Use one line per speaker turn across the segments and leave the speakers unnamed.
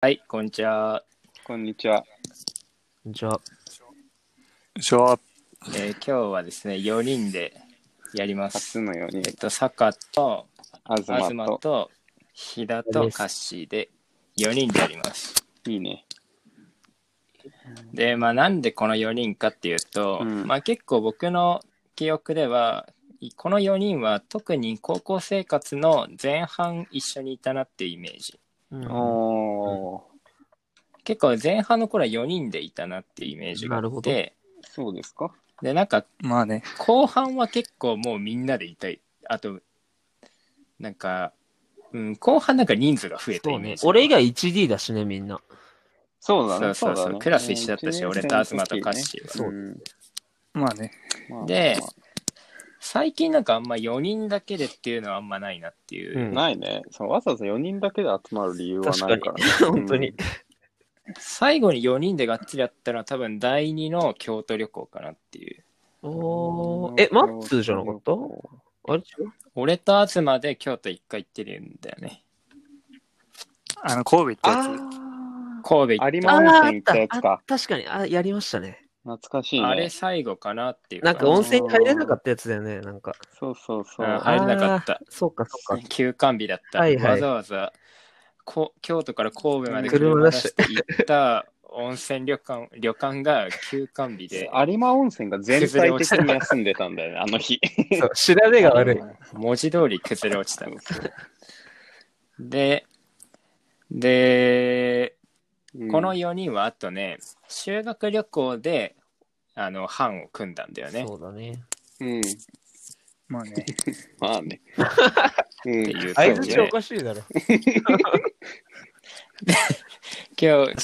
はい、こんにちは。
こんにちは。
じゃあ、
じゃあ、
えー今日はですね、4人でやります。
初のように
えっ、と、坂と、
東
東
と。
と、飛田とカッシーで4人でやります。
いいね。
で、まあ、なんでこの4人かっていうと、
うん
まあ、結構僕の記憶では、いこの4人は特に高校生活の前半一緒にいたなっていうイメージ。
うん、
おー、
結構前半の頃は4人でいたなっていうイメージがあ
なる
っ
ほど
て、
そうですか
で、なんか
まあね。
後半は結構もうみんなでいたいあとなんか、うん、後半なんか人数が増えた
そ
イ
う
メー
ね
ジ。
俺以外 1D だしね、みんな。
そうだ
そ
ね。
うそうそう
だね
クラス一緒だったし
うん
俺と東とカッシーは
そううん
まあね。
まあ
で最近なんかあんま4人だけでっていうのはあんまないなっていう、
うん
まあないね。そうわざわざ4人だけで集まる理由はないから。
本当に。
最後に4人でがっつりやったのは多分第2の京都旅行かなっていう
おーえ、マッツーじゃなかったあれ違う
俺と東で京都1回行ってるんだよね
あの、神戸っ
あ
てや
神戸行っ
有
あ
馬
ー
温
あ
泉行
っ
ったや
た
つ
あ
か。
確かに、あ、やりましたね。
懐かしい
た
ね。
あれ最後かなっていう
なんか温泉に入れなかったやつだよね、なんか。
そうそうそうう。
ん入れなかった
あーそうか、そうか。
休館日だった、
はいはい
わざわざこ京都から神戸まで
車
車
出
出し
して
行った温泉旅館旅館が休館日で
有馬温泉が全体的に休んでたん だよね、あの日。
そう知られが悪い。
文字通り崩れ落ちた でで、この
うん
4人はあとね修学旅行であの班を組んだんだよね
そうだね。
うん。
まあね。
ま あね。う
って
ん。
いう
相
感
づ
じ
ちお
で
かしいだろ。
今日今日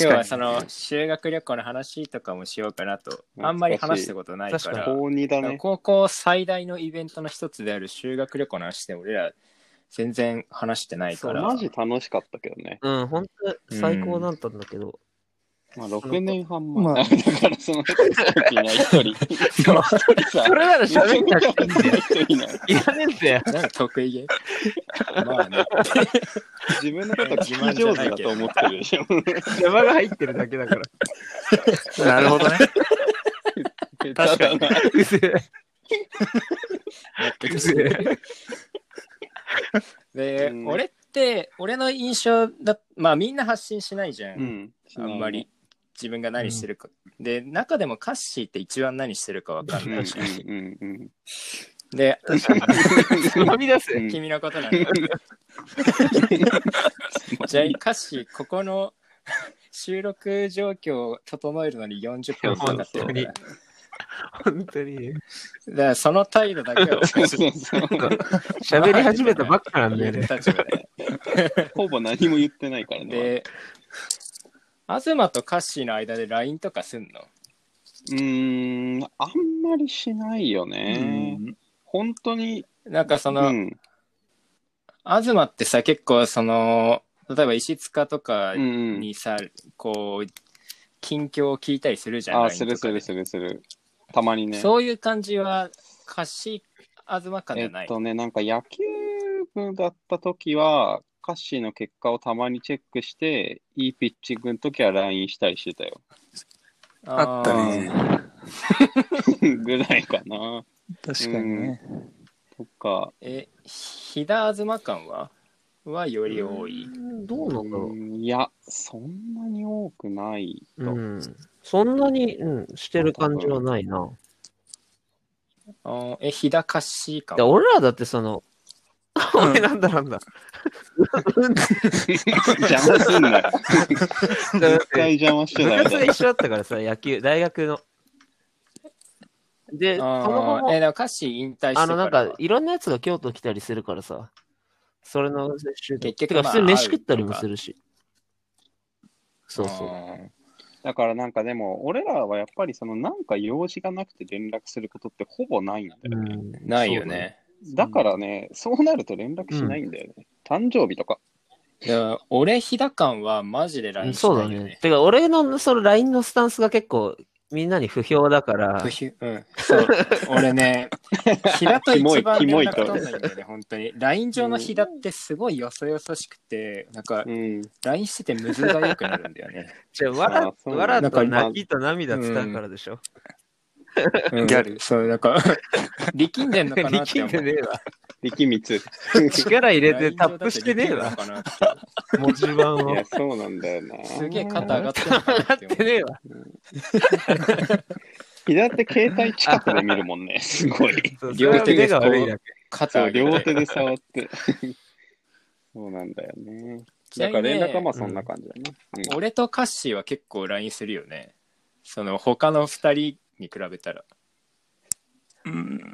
確か
は
に
その修学旅行の話とかもしようかなと
しい
あんまり話したことないから
確
高2だね。
高校最大のイベントの一つである修学旅行の話で俺ら全然話してない
そ
か
う
ら
マジ楽しかったけどね。
うん、本当最高だったんだけど。
まあ、6年半
ま
前。
あ
だからその時には一人。その一人さ。
それなら喋んなくていいん
いな
だよ。
い
いらねえんだよ。
なんか得 意げまあね
自分のこと自慢上手だと思ってるでしょ。
邪魔が入ってるだけだから。
なるほ どね。確か
ただ
に
な
うぜ
やって
え。
く
う
し
ぜえ。
で、
うん
俺って俺の印象だまあみんな発信しないじゃん、
うん。
あんまり。自分が何してるか、で中でもカッシーって一番何してるかわか
うんん
な
う
い
ん
し、
うん
で
つまみ出せ
う。ん。
君のことなんだじゃあカッシーここの 収録状況を整えるのに40分かかってるか
いや
ら
本当に。
だからその態度だ けは
そうそうそう。
喋り始めたばっかなんだ
言え
よ
る
ね。
立場で。
ほぼ何も言ってないからね。
で、東とカッシーの間で LINE とかすんの
うーん、あんまりしないよ
う
ね。
ん。
本当に、
なんかそうの、
ん。
東ってさ、結構その、例えば石塚とか
うん。
にさ、こう、近況を聞いたりするじゃん。
あ、
LINE
す
とか
るするするする。たまにね。
そういう感じは、カッシー、東感じ
え
ゃない。
っとね、なんか野球部だった時は、カッシーの結果をたまにチェックして、いいピッチングの時は LINE したりしてたよ。
あったね。
ぐらいかな。
確かにね。
とか、
え、飛田東感ははより多い。
どうなんだろ
うんいや、そんなに多くないと。
う。うん。そんなに、うん、してる感じはないな。
あーえ、飛田カッシー感
いや
は
俺らだってその、俺なんだなんだ。
邪魔すんなよ。
だっ
一回
て
邪魔しち
部
ゃダメだ
活 が
よ。
一緒だっ たからさ、野球、大学の。で、そ
あー
の後も
え、、でも歌詞引退してから
あの、なんか、いろんなやつが京都来たりするからさ、それの接種で。
結局
てか、
まあ
普通に飯食ったりもするし。そうそう。
だからなんかでも、俺らはやっぱりそのなんか用事がなくて連絡することってほぼないんだよね。
うん
ないよ。ね。
だからね、そうなると連絡しないんだよね。誕生日とか。
いや俺、日高感はマジで
そうだ
LINE しないうよ
ねそだ
ね。
ね。てか、俺のその LINE のスタンスが結構、みんなに不評だから
不、評うん。そう。俺 ね、平田
キモい
一番
キ
連
モい
絡取んないんだよね、本当に。LINE 上の平田ってすごいよそよそしくて、なんか
う、ん。
LINE しててムズが良くなるんだよね。
じゃあ
あ
わ
ーそう
ら、わら
なんか
と
今
泣きと涙伝うからでしょ。
うん
ギャル
そう、なん か、力んでんのかなって
力ん
思
で
う。
ねえわ。
力密。
力入れて
LINE
タ
上だ
ップ
って
してねえわ。
力んでんのかなって
文字盤
い
を。
や、そうなんだよな。
すげえ肩上がっ
が
てんのかな
なっ
って思
てねえわ。
左手携帯近くで見るも んね。すごい。
そう
両手で
それは腕が悪いだけ。
う。肩
そう、
上げて
両手で触って。 そうなんだよね。
ちな
だ
み
か
に
ら
ね
連絡はまあそんな感じだね。うん
俺とカッシーは結構 LINE するよね。その他の2人に比べたら。
うん。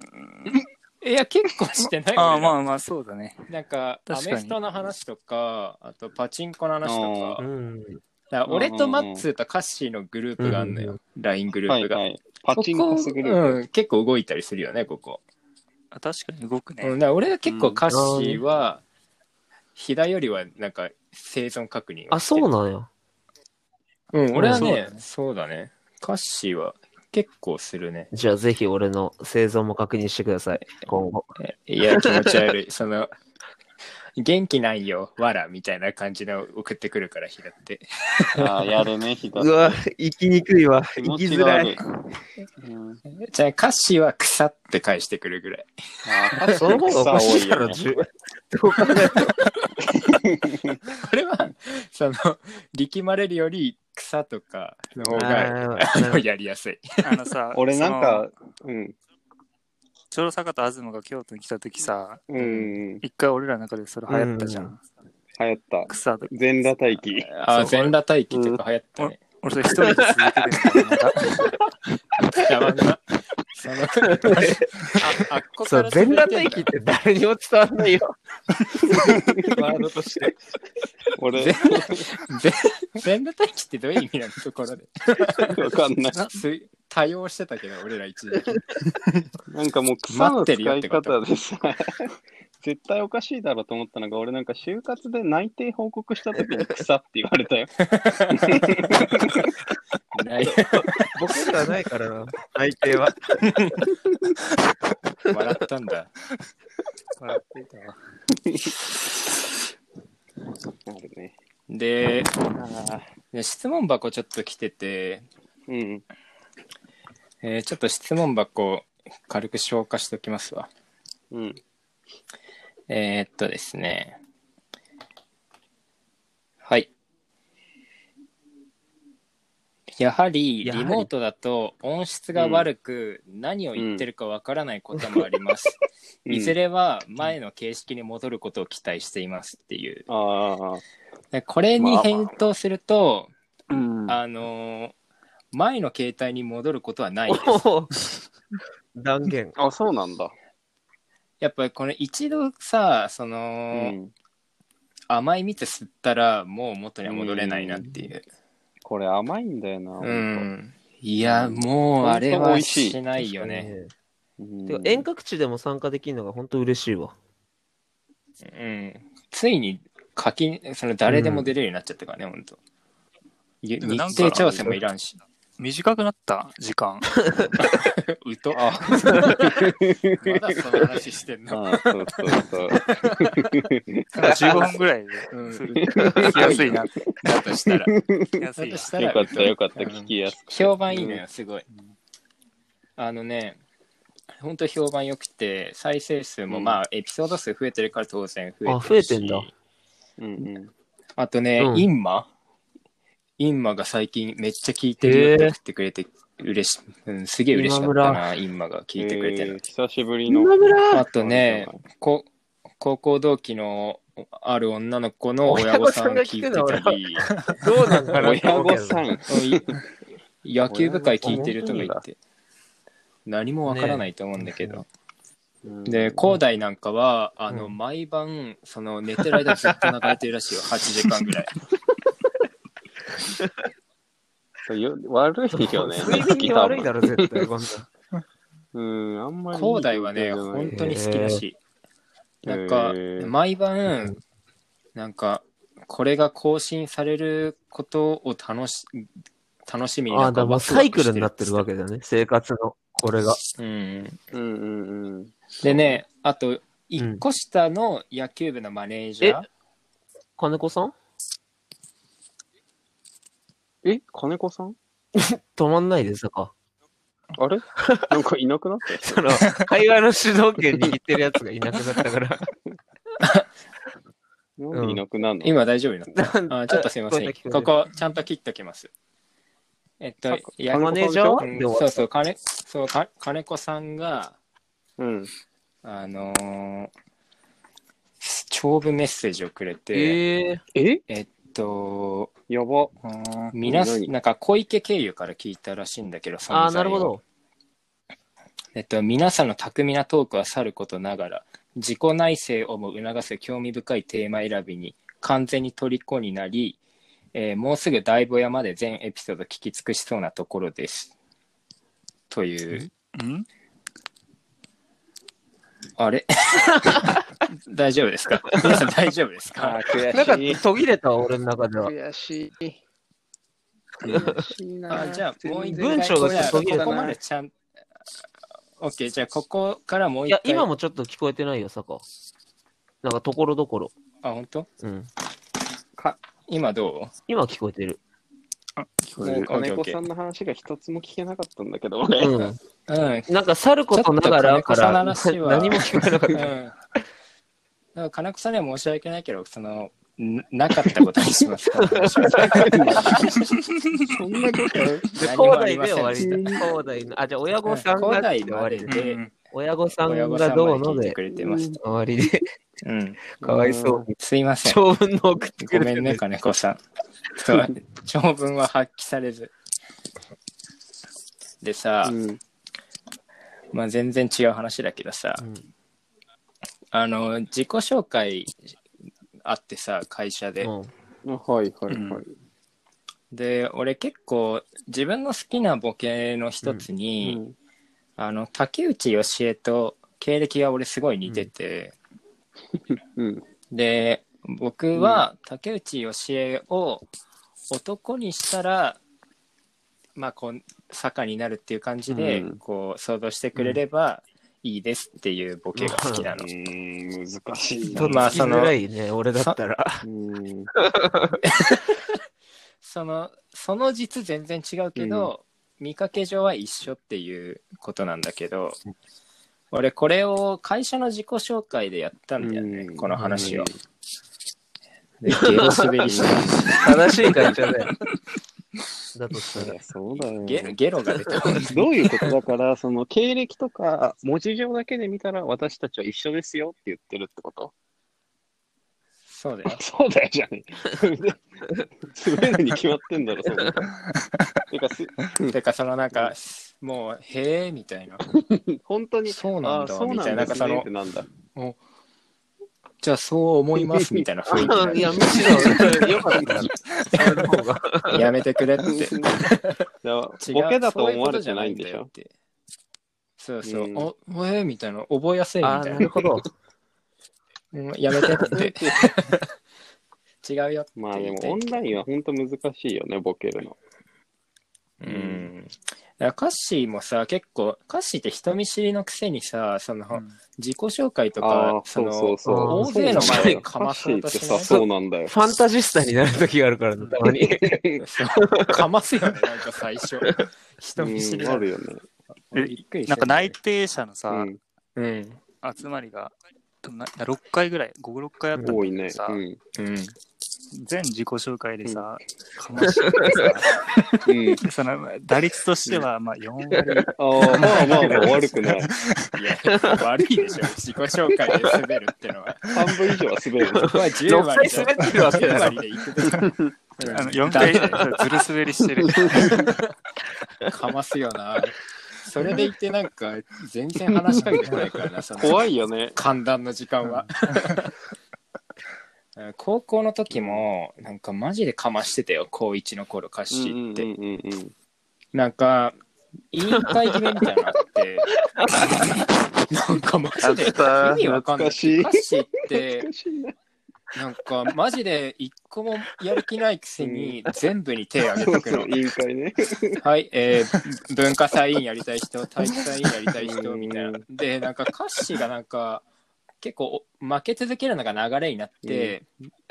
いや、結構してないよね
ああ、まあまあ、そうだね。
なんか、ア
確かに
メフトの話とか、あとパチンコの話と
あ
か
う、ん。
だから俺とマッツーとカッシーのグループがあるの
うん
よ、LINE グル
は
ープ
い
が。
はい。パチンコすぐる。
ここうん、結構動いたりするよね、ここ。
あ確かに動く
うん、
ね。
だから俺は結構カッシーは、飛田よりはなんか生存確認を
あ、
して
そう
る
なんや。
うん、俺は
うんそう
ね
だ、
そうだね。カッシーは結構するね。
じゃあぜひ俺の生存も確認してください。今後。
えいや、気持ち悪い。そ の、元気ないよ、わら、みたいな感じの送ってくるから、ひだって。
ああ、やるね、左
うわ、生きにくいわ。
気
生
持
き
ち
づ
が
ら
悪い。
い。
うん
じゃあ、カッシーは草って返してくるぐらい。
ああ、
その方がおかしいだろ、
草多い、
じゅどう考えても
これは、その、力まれるより草とかの方が、
あ
あの
ー
やりやすい。
あのさ
俺なんか、うん、
その、ちょうど坂田東が京都に来た時さ、
うん、うん
一回俺らの中でそれ流行ったじゃ。
うん
流行った。
草と、
全裸待機。
あ、全裸待機とか流行ったね。
俺それ一人で続けてるのかな
邪魔だな。その、あ、あっこ
そ
か
う
ら、
全裸待機って誰にも伝わんないよ。ワードとして。
俺、
全全全裸待機ってどういう意味なのところで。
わかんない。
す多用してたけど、俺ら一時期。
なんかもう草の使い方でさ、 絶対おかしいだろうと思ったのが、俺なんか就活で内定報告した時に草って言われた よ。
ない
僕ではないからな、 内定は。
笑ったんだ。
笑ってたわ
なるね。
で、
ああ、
で質問箱ちょっと来てて、
うん。
えーちょっと質問箱軽く消化しておきますわ。
うん。
えーっとですね。はい。やはりリ
やはり
モートだと音質が悪く何を言ってるかわからないこともあります。
うん
いずれは前の形式に戻ることを期待していますっていう。
ああ、
でこれに返答すると、
うん。
あのー前の携帯に戻ることは ないです。
おお断言。
あ、そうなんだ。
やっぱりこれ一度さ、その、
うん。
甘い蜜吸ったらもう元には戻れないなっていう。
これ甘いんだよな。
うん。いや、もうあれはしないよね。
うん
てか遠隔地でも参加できるのが本当嬉しいわ。
うん。ついに課金、その誰でも出れるようになっちゃったからね、ほんと。ゆ
でも
日
なんか
程調整もいらんし。
短くなった時間。
うと。ま
あ
だその話してんの。
ああ、そうそうそう。
なんか15分ぐらいで。
うん
すぐ聞きやすいな。
だとしたら。
聞きやす
だと
いな。
したら。
よかったよかった、
うん
聞きやすくて。
評判いいのよ、すごい。あのね、本当評判良くて、再生数も、
うん
まあ、エピソード数増えてるから当然増えてる
あ、増えてん
し
だ。
うんうん。
あとね、
うん
インマインマが最近めっちゃ聞いてるよって送ってくれて、嬉し、うん、すげえ嬉しかったな、インマが聞いてくれてる
え
の
ー。久しぶりの。
今村
あとね、こ高校同期のある女の子の親御さん聞いてたり、
どうなんかな
親御さん。
うんい野球部会聞いてるとか言って、 何もわからないと思うんだけど。で、広大なんかは、あの、
うん
毎晩、その、寝てる間ずっと流れてるら しいよ、8時間ぐらい。
そうよ悪いよね。
睡眠に悪いだろ、絶対。今度
うん、あんまりいい状況
広大はね、
じゃない
本当に好きらしい。な
へー
んか
へー、
毎晩、なんか、これが更新されることを楽し、楽しみに
あ
な
あ、
んか
だからもう
ワク
サ
ワ
イ
ク
ク
して
ルに
る
な
っ
って
つ
る
って
わけだね。生活の、これが。
うん、
うんうんうん。
でねあと1個下の野球部のマネージャー、
金子さん
え、金子さん
止まんないでさか。
あれなんかいなくなった
その、会話の主導権握ってるやつがいなくなったから。
なんでいなくなるの、
今大丈夫になった
なん
あちょっとすいません。
聞
こ
こ
こ、ちゃんと切っときます。えっと、い
え
や
た。マネージャーは
うん
でも
そうそう、金、そう、か金子さんが、
うん。
あのー長文メッセージをくれて、え
ええ
え
っと、
やば。
皆さん、
何
なんか小池経由から聞いたらしいんだけど、存在を
ああ、なるほ。ど。
えっと、皆さんの巧みなトークはさることながら、自己内省をも促す興味深いテーマ選びに完全に虜になり、えーもうすぐ大坊屋まで全エピソード聞き尽くしそうなところです。という、
ん
あれ 大丈夫ですか 皆さん大丈夫です
あ
か
ー、悔しい。
なんか途切れた、俺の中では。
悔しい。悔しいな。
あじゃあ、もう一回
全然
文章が
じゃあ
ちょっと途切
こ
れたな
こまでちゃん、OK、じゃあ、ここからもう
い
一回
や、。今もちょっと聞こえてないよ、さか。なんか、ところどころ。
あ、本当
うん。
今ど
今聞こえてる。
聞こえ
もう
る。
金子さんの話が一つも聞けなかったんだけど、俺。
うん。
ううん、
なんか、去ることながらか
ちょっと金子さ
ら、
んの話は
何も聞こえなかっ
う
た
ん。だから金子さんには申し訳ないけど、その、んなかったことにしますから。
そんなこと
で、
何
高
もあり
台
ま
で
せん
終わりだ。高台の。あ、じゃあ、親御さん
うん
が
高台まで
うんうん
親御さ
親
ん
御
が
さん
どう
まで
の
聞いて
で、
くれてまし
終わりで、
た。うん。
かわいそう。
すいません。
長文の送って
ご
くれ
め
て
んね、金子さん。そう長文は発揮されず。でさ、
うん。
まあ全然違う話だけどさ、
うん
あの、自己紹介あってさ、会社で。
うん
あはいはいはい。
で、俺結構自分の好きなボケの一つに、
うん
あの竹内義恵と経歴が俺すごい似てて、
うん。
で僕は竹内義恵を男にしたら、まあこう坂になるっていう感じで、
うん
こう想像してくれればいいですっていうボケが好きなの。
難しい
ちょっと
まあ
聞きづらいね、俺だったら。
うん。
そのその実全然違うけど、見かけ上は一緒っていうことなんだけど、俺これを会社の自己紹介でやったんだよね、
うん
この話を。でゲロ滑り した
正しい会社だよ。だとし
そ
たら
りゃ。そうだよ。
ゲロゲロが出 た。
どういうことだから、その経歴とか文字上だけで見たら私たちは一緒ですよって言ってるってこと
そうだよ。
そうだよじゃねえ。滑るに決まってんだろ、そんな。てかす、
てかそのなんか、もう、へえみたいな。
本当に、
そうな
あ
んだ、
そう
み
なん
たいな。な
だ、
んかその
って、なんだ。
じゃあそう思います みたいな雰囲気
あ
にな
いや、むしろ、よかった。その方が
る。やめてくれって。
だから
違う
ボケだと思われてないんでし
そううこ。とじゃないんだ
ょ
よってそうそう、
うん
おおえーみたいな覚えやすいみ
あ
た
ー、
い
な
な
るほど。
うんやめてって違うよって
まあで
言い
も
たい
オンラインは本当難しいよね、ボケるの。
うんだからカッシーもさ結構カッシーって人見知りのくせにさその、自己紹介と
あ
か
あ、
そ
そう
の
そうそう。
大勢の
前でかまそうとし
し
ない
さ、そうなん だよ。
ファンタジスタになる時があるからね、たまに。
そうかますよねなんか最 初人見知り
うん
な
あ
の
るよね。
え
びっくりした
なんか内定者のさ、
うん
うん
集まりが、でもな6回ぐらい、5、6回あったんだけど
多いね。
さ、
うん。
うん
全自己紹介でさ、かましてさ、
うん。
その打率としてはまあ4割、
ああ、まあまあまあ悪く ない。
いや悪いでしょ自己紹介で滑るってのは
半分以上は滑
こ
る。
れは10割で
6回滑ってるわけだ
10
ろ
割でいくでしょ
あの4回ずる滑りしてる。
かますよな。それでいてなんか全然話しかけてこないからな、その
怖いよね。
寒暖の時間は。 高校の時もなんかマジでかましてたよ高1の頃歌詞
うんう
っ
んう
て、
んうん
なんか委員会決めみたいなのあってなんかマジで意味わかんない
懐かしい
歌詞って
懐かしいな
なんか、マジで一個もやる気ないくせに、全部に手挙げ
そう
とく
そう
の。
委員会ね。
はい、えー、文化祭委員やりたい人、体育祭委員やりたい人、みたいな。で、なんか歌詞がなんか、結構お負け続けるのが流れになって、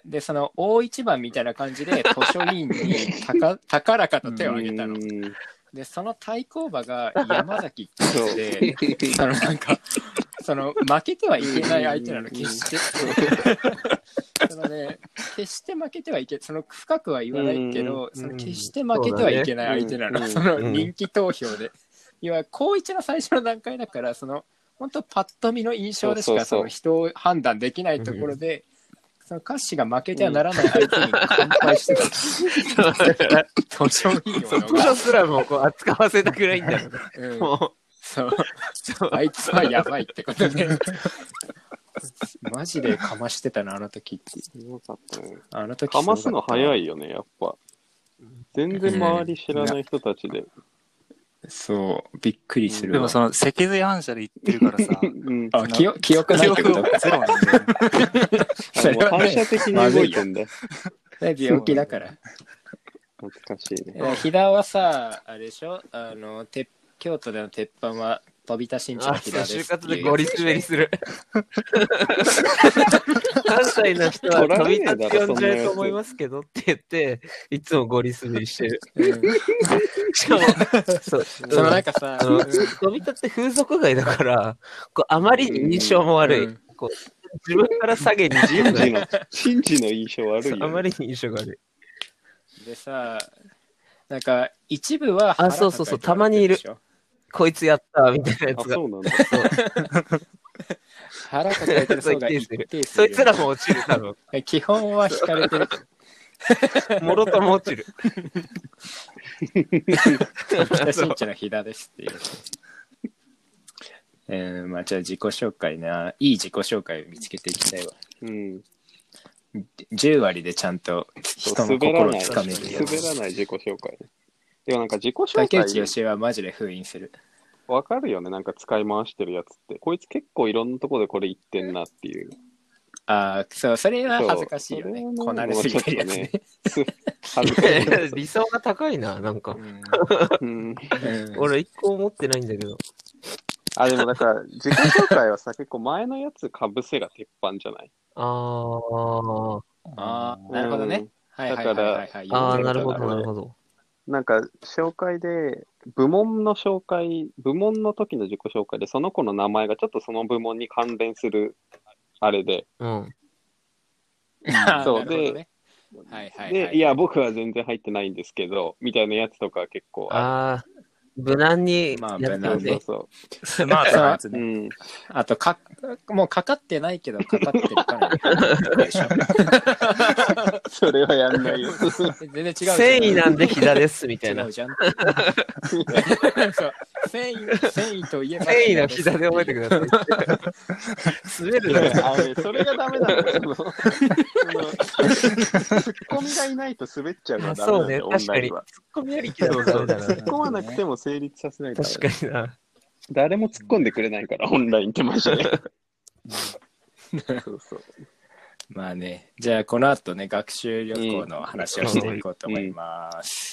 で、その大一番みたいな感じで、図書委員にた か高らかと手を挙げたの
う。ん
で、その対抗馬が山崎って
そう
人で、そのなんか、その負けてはいけない相手なの、
うん
決して。そのね、決して負けてはいけその深くは言わないけど、
うん
その決して負けてはいけない相手なの、
うん
そ
うん
の人気投票で。いや、高一の最初の段階だから、その、本当パッと見の印象でしか
そうそうそう
その人を判断できないところで、その歌詞が負けてはならない相手に乾杯して た。図書委員を
プ
逃
ロすらもこう扱わせたくないん だよ。
す。うん
も
そう。あいつはやばいってことで。 マジでかましてたな、あの時って。
よかったね
あの時
かますの早
い。
いよね、やっぱ。全然周り知らない人たちで。
そう、びっくりす
で
る
も
わ。
その、脊髄反射で言ってるからさ、
うん。
あ、記憶記憶ないってこと
ゼロなんだよね。
あ
それ
も う
は
反
ね
射的に動いて んだ。
病気だから。
懐かしいね。
え飛田はさ、あれでしょあの、て京都での鉄板は飛び出しんち
う、
の
あ
飛田です。
就活でゴリ滑りする。関西の人
取
は
ら
飛
れ
び
ねえだろ
立ち呼んじ
そんな
ゃ
や
う
つ
と思いますけどって言って、いつもゴリ滑りしてる。
うん
しかも、そう、
その
うん
なんかさ
あ、の飛び立って風俗街だから、こうあまりに印象も悪い。
うん
こう自分から下げに自由
人
な
事
い。
の、人事の印象悪いよね。
あまりに印象が悪い。
でさ、なんか一部は
あそうそうそうたまにいるこいつやったみたいなや
あ、
つが
そ。うなんだ。
腹抱えてる層が一定数
そ
る
いつらも落ちる、多分。
基本は引かれてる。
もろとも落ちる。
北新地の飛騨ですっていう。えー、まあじゃあ自己紹介な。いい自己紹介を見つけていきたいわ。
うん。
10割でちゃんと人の
滑ら
心を
ない、
つ
滑
かめるやつ。
らない自己紹介ね。でもなんか自己
竹内
紹介
義恵はマジで封印する。
わかるよね、なんか使い回してるやつって。こいつ結構いろんなとこでこれ言ってんなっていう。
ああ、そう、それは恥ずかしいよね。
そう
こなれすぎてるやつね。
す恥ずかし い。
理想が高いな、なんか
う。ん
うん
うん
俺、一個思ってないんだけど。
あ、でもだから、自己紹介はさ、結構前のやつかぶせが鉄板じゃない
あー、
ああ、なるほどね。はいはいはいはいはい。
あ
ー
ーなるほ
だか
ど、
ら
なるほど。
なんか、紹介で、部門の紹介、部門の時の自己紹介で、その子の名前がちょっとその部門に関連する、あれで、
うん。
あー
そう
なるほどねはいはいはい
で、いや、僕は全然入ってないんですけど、みたいなやつとか結構あ
あー、無難に
まあ
やって
る。
る
無難
そう
ね。
そ
スマートなやつ
う。う
ね。
ん。
あとか、もうかかってないけど、かかってるから。でしょ
それはやん ないよ。
全然違うじゃん。
繊維なんで膝です、みたい
違
な
う。じゃんって。そう繊維、繊維とい えば。
繊維の膝で覚えて ください。滑るな。
あのねそれがダメなんだよ。そのそのツッコミがいないと滑っちゃうから
あ
ダメなん
そう
だ
ね、
よ、
確か
オンライン
に。突
は
っ込みありきだとダメだな。
突っ込まなくても成立させないから、
確かにな。
誰も突っ込んでくれないから、オンラインってマジ で。そうそう。
まあね、じゃあこの後ね、学習旅行の話をしていこうと思います。